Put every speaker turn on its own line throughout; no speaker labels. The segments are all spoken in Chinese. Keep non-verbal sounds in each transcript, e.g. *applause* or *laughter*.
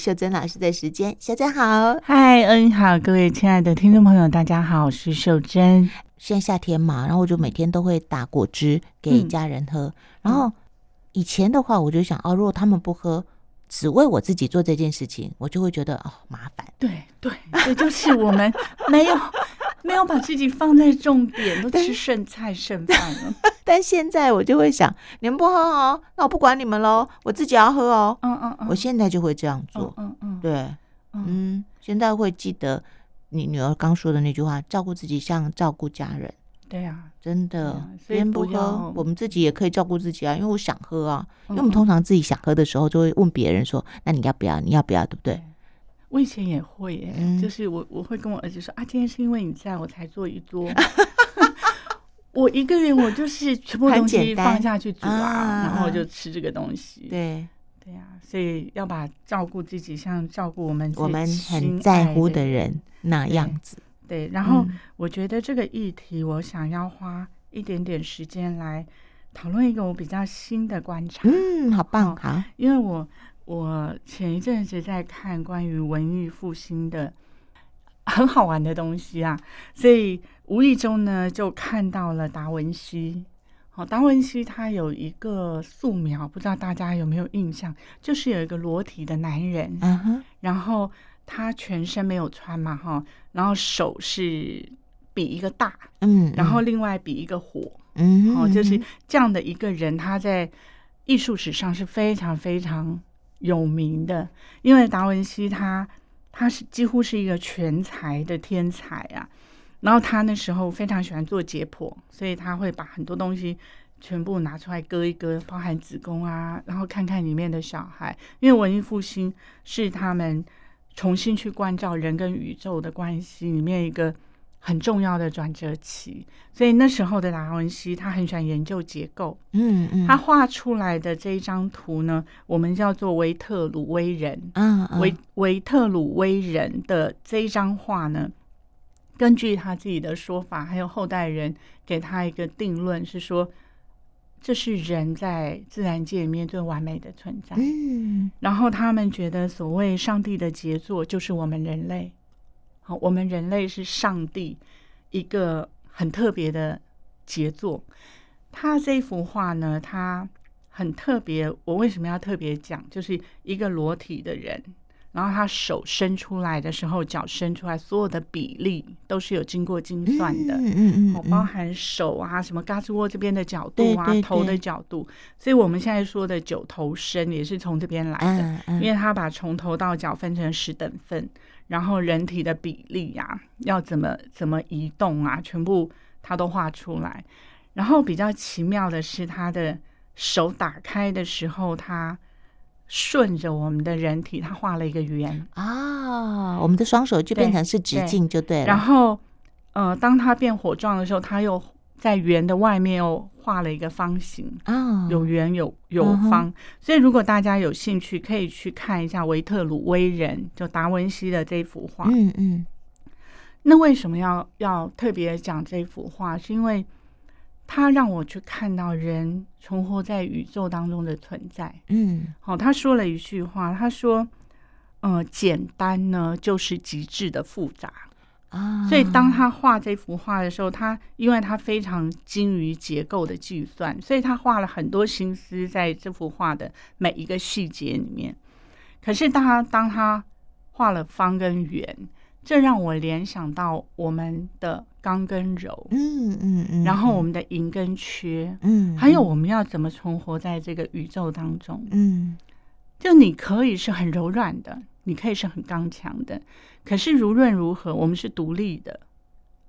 秀珍老师的时间。秀珍好，
嗨，恩好，各位亲爱的听众朋友，大家好，我是秀珍。
现在夏天嘛，然后我就每天都会打果汁给
嗯
家人喝。然后以前的话，我就想哦，如果他们不喝，只为我自己做这件事情，我就会觉得哦麻烦。
对对，这就是我们没有 *laughs* 没有把自己放在重点，都吃剩菜剩饭了。
但现在我就会想，你们不喝哦，那我不管你们喽，我自己要喝哦。
*laughs* 嗯嗯嗯，
我现在就会这样做
嗯。嗯嗯，
对，
嗯
嗯，现在会记得你女儿刚说的那句话：照顾自己像照顾家人。
对啊，
真
对
的
啊，所以
边
不
不喝
要，
我们自己也可以照顾自己啊。因为我想喝啊，因为我们
嗯
通常自己想喝的时候，就会问别人说：“那你要不要？你要不要？”对不对？
我以前也会耶，
嗯
就是我我会跟我儿子说啊，今天是因为你在我才做一桌。 *laughs* 我一个人，我就是全部
很
东西
简单
放下去煮
啊
啊，然后
啊
就吃这个东西。
对，
对呀、所以要把照顾自己像照顾我们自
我们很
心
在
爱
乎的人那
对
样子。
对，然后
嗯
我觉得这个议题，我想要花一点点时间来讨论一个我比较新的观察，
嗯，好棒，
哦
好，
因为我我前一阵子在看关于文艺复兴的很好玩的东西啊，所以无意中呢就看到了达文西。好，达文西他有一个素描，不知道大家有没有印象？就是有一个裸体的男人，
嗯哼，
然后他全身没有穿嘛，哈，然后手是比一个大，
嗯，
然后
嗯
另外比一个火，
嗯
哦，
哼
就是
嗯哼
这样的一个人，他在艺术史上是非常非常有名的，因为达文西他他是几乎是一个全才的天才啊，然后他那时候非常喜欢做解剖，所以他会把很多东西。全部拿出来割一割，包含子宫啊，然后看看里面的小孩，因为文艺复兴是他们重新去关照人跟宇宙的关系里面一个很重要的转折期。所以那时候的达文西他很喜欢研究结构，
嗯嗯，
他画出来的这一张图呢，我们叫做维特鲁威人。
嗯嗯
维维特鲁威人的这一张画呢，根据他自己的说法，还有后代人给他一个定论是说，这是人在自然界里面最完美的存在。
嗯
然后他们觉得所谓上帝的杰作就是我们人类，好，我们人类是上帝一个很特别的杰作。他这幅画呢，他很特别。我为什么要特别讲？就是一个裸体的人，然后他手伸出来的时候，脚伸出来，所有的比例都是有经过精算的。
嗯嗯嗯
哦，
嗯，
包含手啊，什么胳肢窝这边的角
对
度啊，
对
头
对
的角度，所以我们现在说的九头身也是从这边来的，
嗯嗯
因为他把从头到脚分成十等份，然后人体的比例啊，要怎么怎么移动啊，全部他都画出来。然后比较奇妙的是，他的手打开的时候，他顺着我们的人体，他画了一个圆。
啊，我们的双手就变
对
成是直
对
径就对了，
然后，呃，当它变火状的时候，它又在圆的外面又画了一个方形，
啊，
有圆有有
嗯哼
方。所以，如果大家有兴趣，可以去看一下维特鲁威人，就达文西的这幅画。
嗯嗯
那为什么要要特别讲这幅画？是因为它让我去看到人存活在宇宙当中的存在。
嗯，
好、他说了一句话，他说：“呃，简单呢，就是极致的复杂。”
啊，
所以当他画这幅画的时候，他因为他非常精于结构的计算，所以他花了很多心思在这幅画的每一个细节里面。可是当他当他画了方跟圆，这让我联想到我们的刚跟柔，
嗯嗯嗯，
然后我
嗯
们的赢跟缺，
嗯，
还有我们要怎么存活在这个宇宙当中。
嗯
就你可以是很柔软的，你可以是很刚强的，可是无论如何，我们是独立的，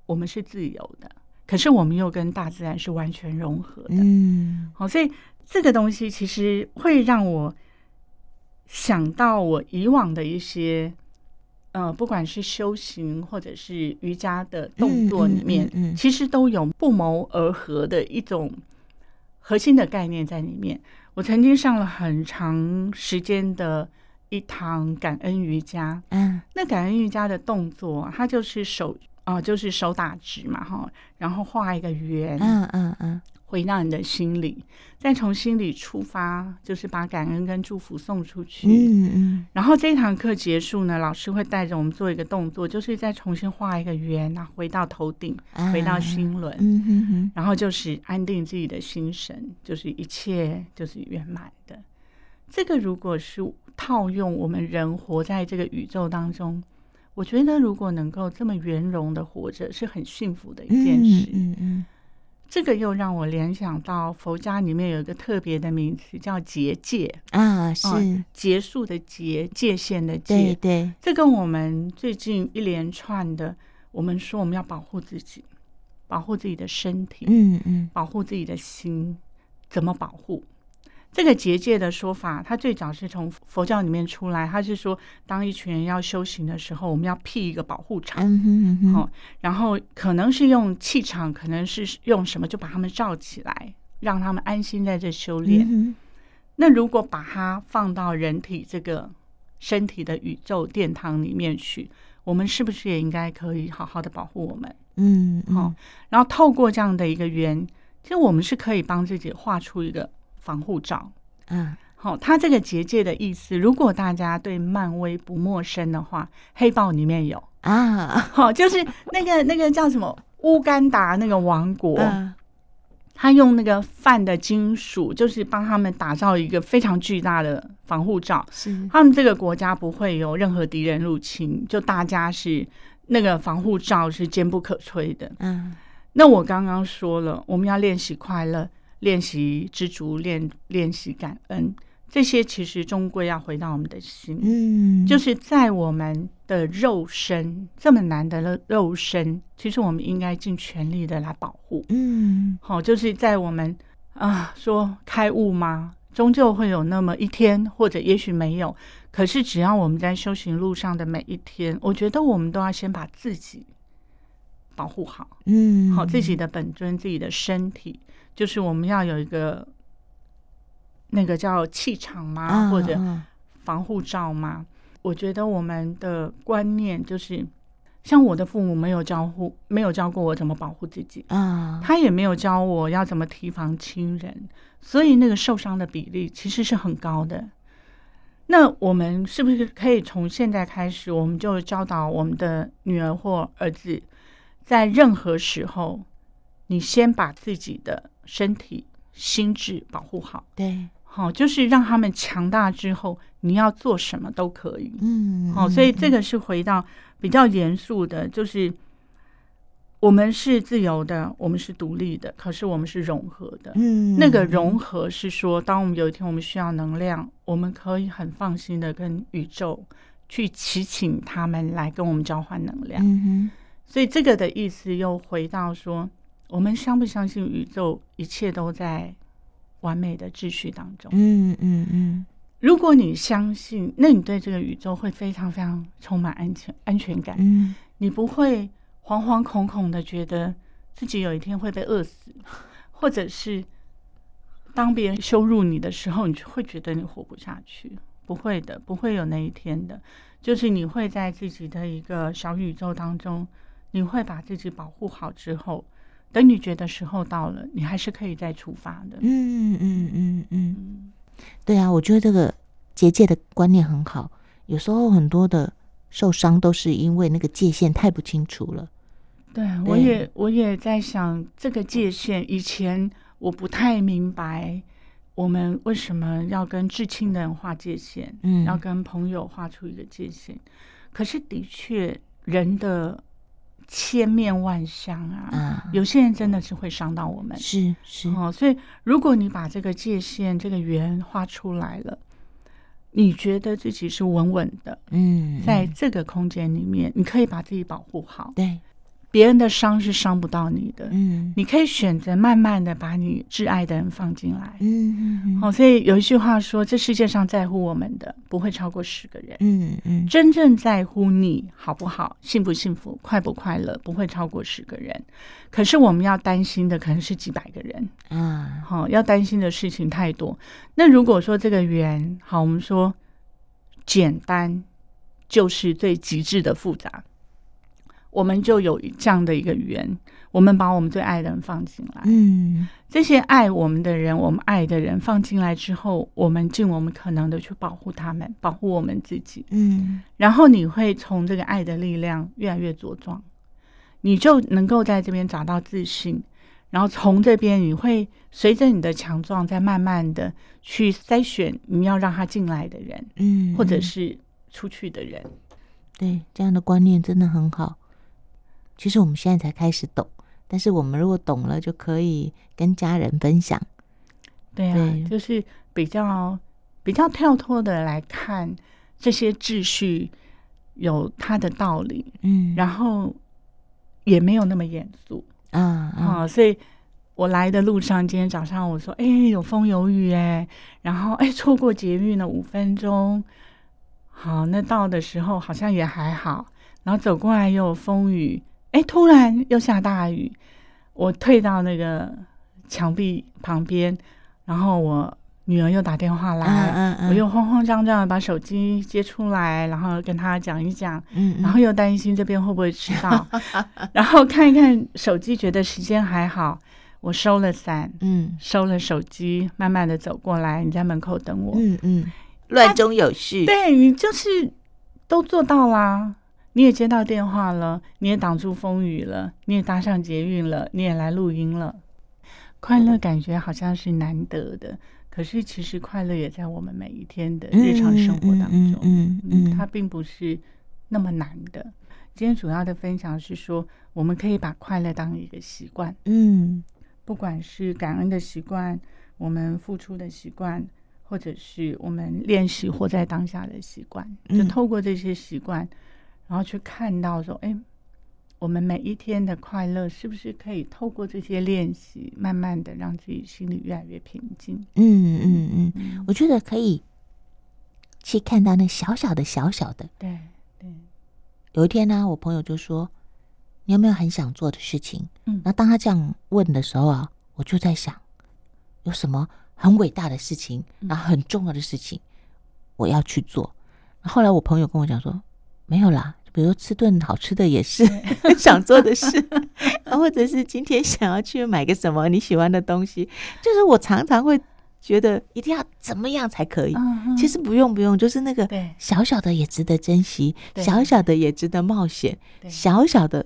我们是自由的，可是我们又跟大自然是完全融合的。
嗯
好，所以这个东西其实会让我想到我以往的一些，呃，不管是修行或者是瑜伽的动作里面，
嗯嗯嗯嗯嗯
其实都有不谋而合的一种核心的概念在里面。我曾经上了很长时间的一堂感恩瑜伽，
嗯
呃那感恩瑜伽的动作啊，它就是手啊、就是手打直嘛哈，然后画一个圆，
嗯嗯嗯，
回到你的心里，再从心里出发，就是把感恩跟祝福送出去。
嗯嗯，
然后这一堂课结束呢，老师会带着我们做一个动作，就是再重新画一个圆，然后回到头顶，
啊
嗯回到，心轮，
嗯哼哼，
然后就是安定自己的心神，就是一切就是圆满的。这个如果是套用我们人活在这个宇宙当中，我觉得如果能够这么圆融的活着，是很幸福的一件事。
嗯嗯
这个又让我联想到佛家里面有一个特别的名词叫结界，
嗯啊，是，
哦结束的结，界限的
对
界。
对，
这跟我们最近一连串的，我们说我们要保护自己，保护自己的身体，
嗯嗯
保护自己的心，怎么保护？这个结界的说法，它最早是从佛教里面出来，它是说，当一群人要修行的时候，我们要辟一个保护场，
嗯哼嗯哼，
好、然后可能是用气场，可能是用什么，就把他们罩起来，让他们安心在这修炼。
嗯
那如果把它放到人体这个身体的宇宙殿堂里面去，我们是不是也应该可以好好的保护我们？
嗯嗯
哦，然后透过这样的一个圆，其实我们是可以帮自己画出一个防护罩。
啊，
好、它这个结界的意思，如果大家对漫威不陌生的话，黑豹里面有，
啊，
好、就是那个那个叫什么乌干达那个王国，
嗯
他用那个泛的金属，就是帮他们打造一个非常巨大的防护罩。
是，
他们这个国家不会有任何敌人入侵，就大家是那个防护罩是坚不可摧的。
嗯
那我刚刚说了，我们要练习快乐，练习知足，练练习感恩，这些其实终归要回到我们的心。
嗯，
就是在我们的肉身这么难得的肉身，其实我们应该尽全力的来保护。
嗯
好、就是在我们啊说开悟吗？终究会有那么一天，或者也许没有。可是只要我们在修行路上的每一天，我觉得我们都要先把自己保护好，
嗯，
好、自己的本尊、自己的身体，就是我们要有一个那个叫气场吗？
啊，
或者
啊
防护罩吗？我觉得我们的观念就是，像我的父母没有教护，没有教过我怎么保护自己，
啊，
他也没有教我要怎么提防亲人，所以那个受伤的比例其实是很高的。那我们是不是可以从现在开始，我们就教导我们的女儿或儿子，在任何时候，你先把自己的身体、心智保护好。
对，
好、就是让他们强大之后，你要做什么都可以。
嗯，
好、
嗯
哦所以这
嗯
个是回到比较严肃的，就是我们是自由的，我们是独立的，可是我们是融合的。
嗯，
那个融合是说，当我们有一天我们需要能量，我们可以很放心的跟宇宙去祈请他们来跟我们交换能量。
嗯
所以这个的意思又回到说，我们相不相信宇宙一切都在完美的秩序当中
哼，？嗯嗯嗯，
如果你相信，那你对这个宇宙会非常非常充满安全安全感，
嗯
你不会惶惶恐恐的觉得自己有一天会被饿死，或者是当别人羞辱你的时候，你就会觉得你活不下去。不会的，不会有那一天的。就是你会在自己的一个小宇宙当中，你会把自己保护好之后，等你觉得时候到了，你还是可以再出发的。
嗯嗯嗯嗯，
嗯
对啊，我觉得这个结界的观念很好。有时候很多的受伤都是因为那个界限太不清楚了。
对，我
对
也我也在想这个界限。以前我不太明白，我们为什么要跟至亲的人划界限，
嗯
要跟朋友划出一个界限。可是的确，人的千面万相啊，
啊，
有些人真的是会伤到我们。
是是，
哦，所以如果你把这个界限、这个圆画出来了，你觉得自己是稳稳的，
嗯，
在
嗯
这个空间里面，你可以把自己保护好。
对，
别人的伤是伤不到你的，
嗯
你可以选择慢慢的把你挚爱的人放进来。哦
嗯嗯
好、所以有一句话说，这世界上在乎我们的不会超过十个人，
嗯嗯
真正在乎你好不好、幸不幸福、快不快乐，不会超过十个人。可是我们要担心的可能是几百个人，
嗯啊，
好、要担心的事情太多。那如果说这个圆，好，我们说简单就是最极致的复杂。我们就有这样的一个缘，我们把我们最爱的人放进来，
嗯
这些爱我们的人，我们爱的人放进来之后，我们尽我们可能的去保护他们，保护我们自己，
嗯
然后你会从这个爱的力量越来越茁壮，你就能够在这边找到自信，然后从这边你会随着你的强壮，再慢慢的去筛选你要让他进来的人，
嗯，
或者
嗯
是出去的人。
对这样的观念真的很好。其实我们现在才开始懂，但是我们如果懂了，就可以跟家人分享。
对啊，
对
就是比较比较跳脱的来看这些秩序有它的道理，
嗯，
然后也没有那么严肃。
啊啊，
啊、所以我来的路上，今天早上我说，哎、有风有雨哎、然后哎、错过捷运了五分钟，好，那到的时候好像也还好，然后走过来又有风雨，哎、突然又下大雨，我退到那个墙壁旁边，然后我女儿又打电话来，
嗯嗯嗯
我又慌慌张张的把手机接出来，然后跟她讲一讲，
嗯，
然后又担心这边会不会迟到， *laughs* 然后看一看手机，觉得时间还好，我收了伞，
嗯
收了手机，慢慢的走过来，你在门口等我。
嗯嗯，乱中有序。
对你就是都做到啦，你也接到电话了，你也挡住风雨了，你也搭上捷运了，你也来录音了，快乐感觉好像是难得的。可是，其实快乐也在我们每一天的日常生活当中。
嗯嗯
嗯，它并不是那么难的。今天主要的分享是说，我们可以把快乐当一个习惯，
嗯
不管是感恩的习惯，我们付出的习惯，或者是我们练习活在当下的习惯，就
嗯
透过这些习惯，然后去看到说，哎，我们每一天的快乐是不是可以透过这些练习，慢慢的让自己心里越来越平静？
嗯嗯嗯
嗯，
我觉得可以去看到那小小的小小的。
对对，
有一天呢、我朋友就说：“你有没有很想做的事情？”
嗯
那当他这样问的时候啊，我就在想，有什么很伟大的事情，
嗯
然后很重要的事情，我要去做。然后后来我朋友跟我讲说，没有啦，比如说吃顿好吃的也是 *laughs* 想做的事，或者是今天想要去买个什么你喜欢的东西，就是我常常会觉得一定要怎么样才可以。
嗯
其实不用不用，就是那个
对
小小的也值得珍惜，
对
小小的也值得冒险，
对
小小的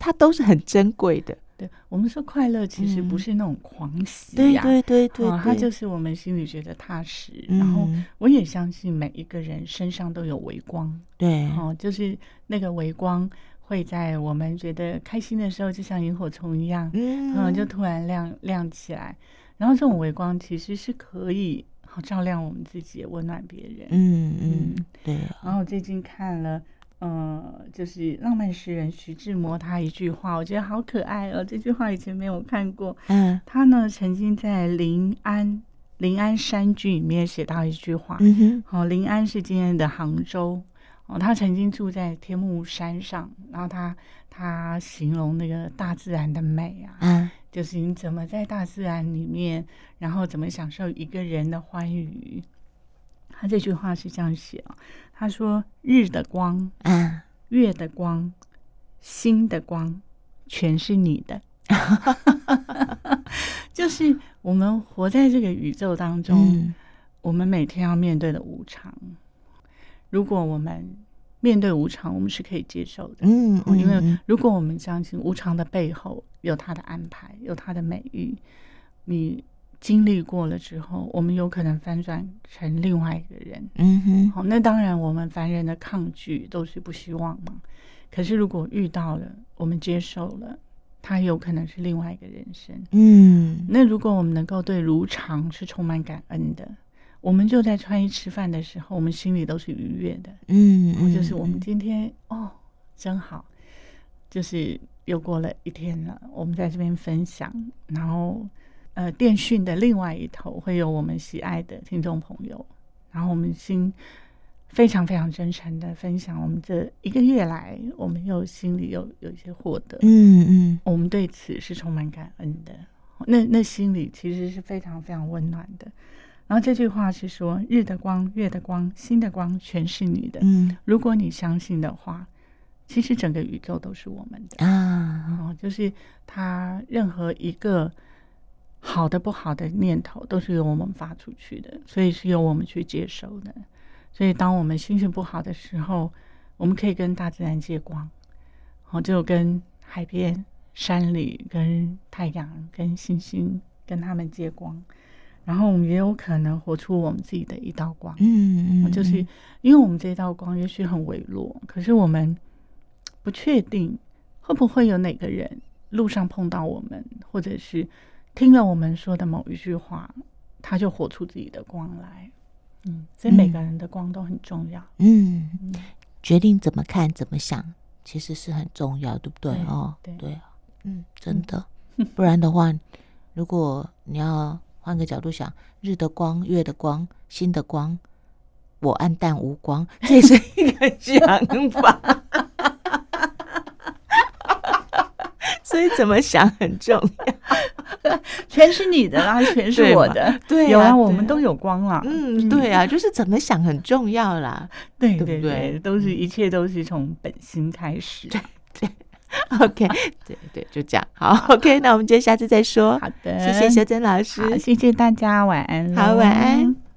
它都是很珍贵的。
对，我们说快乐其实
嗯
不是那种狂喜
对
呀、
对对对
啊，它
对，
就是我们心里觉得踏实。
嗯
然后我也相信每一个人身上都有微光，
对，
哦，就是那个微光会在我们觉得开心的时候，就像萤火虫一样，
嗯
嗯，就突然亮亮起来。然后这种微光其实是可以好照亮我们自己，也温暖别人。
嗯嗯
嗯
对啊，
然后我最近看了，呃，就是浪漫诗人徐志摩他一句话，我觉得好可爱哦。这句话以前没有看过，
嗯
他呢曾经在临安临安山居里面写到一句话，
嗯哼
哦，临安是今天的杭州。哦，他曾经住在天目山上，然后他他形容那个大自然的美啊，
啊
就是你怎么在大自然里面，然后怎么享受一个人的欢愉。他这句话是这样写哦，他说：“日的光，
啊，
月的光，心的光，全是你的。”就是我们活在这个宇宙当中，
嗯
我们每天要面对的无常。如果我们面对无常，我们是可以接受的。
嗯，
哦因
嗯
为
嗯
如果我们相信无常的背后有它的安排，有它的美意，你经历过了之后，我们有可能翻转成另外一个人。
嗯哼
好，那当然，我们凡人的抗拒都是不希望嘛。可是如果遇到了，我们接受了，它有可能是另外一个人生。
嗯
那如果我们能够对如常是充满感恩的，我们就在穿衣吃饭的时候，我们心里都是愉悦的。
嗯
或
嗯，
哦就是我们
嗯
今天哦，真好，就是又过了一天了，我们在这边分享，然后呃，电讯的另外一头会有我们喜爱的听众朋友，然后我们心非常非常真诚的分享我们这一个月来，我们又心里有有一些获得，
嗯嗯
我们对此是充满感恩的，那那心里其实是非常非常温暖的。然后这句话是说：“日的光，月的光，心的光，全是你的。”
嗯
如果你相信的话，其实整个宇宙都是我们的。
啊，
哦，就是他任何一个好的、不好的念头，都是由我们发出去的，所以是由我们去接收的。所以，当我们心情不好的时候，我们可以跟大自然借光，哦，就跟海边、山里、跟太阳、跟星星，跟他们借光。然后，我们也有可能活出我们自己的一道光。
嗯嗯，
哦就是因为我们这道光也许很微弱，可是我们不确定会不会有哪个人路上碰到我们，或者是听了我们说的某一句话，他就活出自己的光来。嗯，所以每个人的光都很重要。
嗯，
嗯，
决定怎么看、怎么想，其实是很重要，对不对？
对
哦，
对
啊，嗯，真的， *laughs* 不然的话，如果你要换个角度想，日的光、月的光、星的光，我暗淡无 *laughs* 光，这也是一个想法。 *laughs* 所以怎么想很重要，
全是你的啦，全 *laughs* 是我的。
对
有
啊
啊，我
对
们
啊
都有光啦。
嗯，对啊，就是怎么想很重要 *laughs* 啦。
对
对不
对嗯
对
对，都是一切都是从本心开始。
OK，对对，就这样。好，OK，那我们就下次再说。
好的，
谢谢修真老师，
好，谢谢大家，晚安。
好晚安。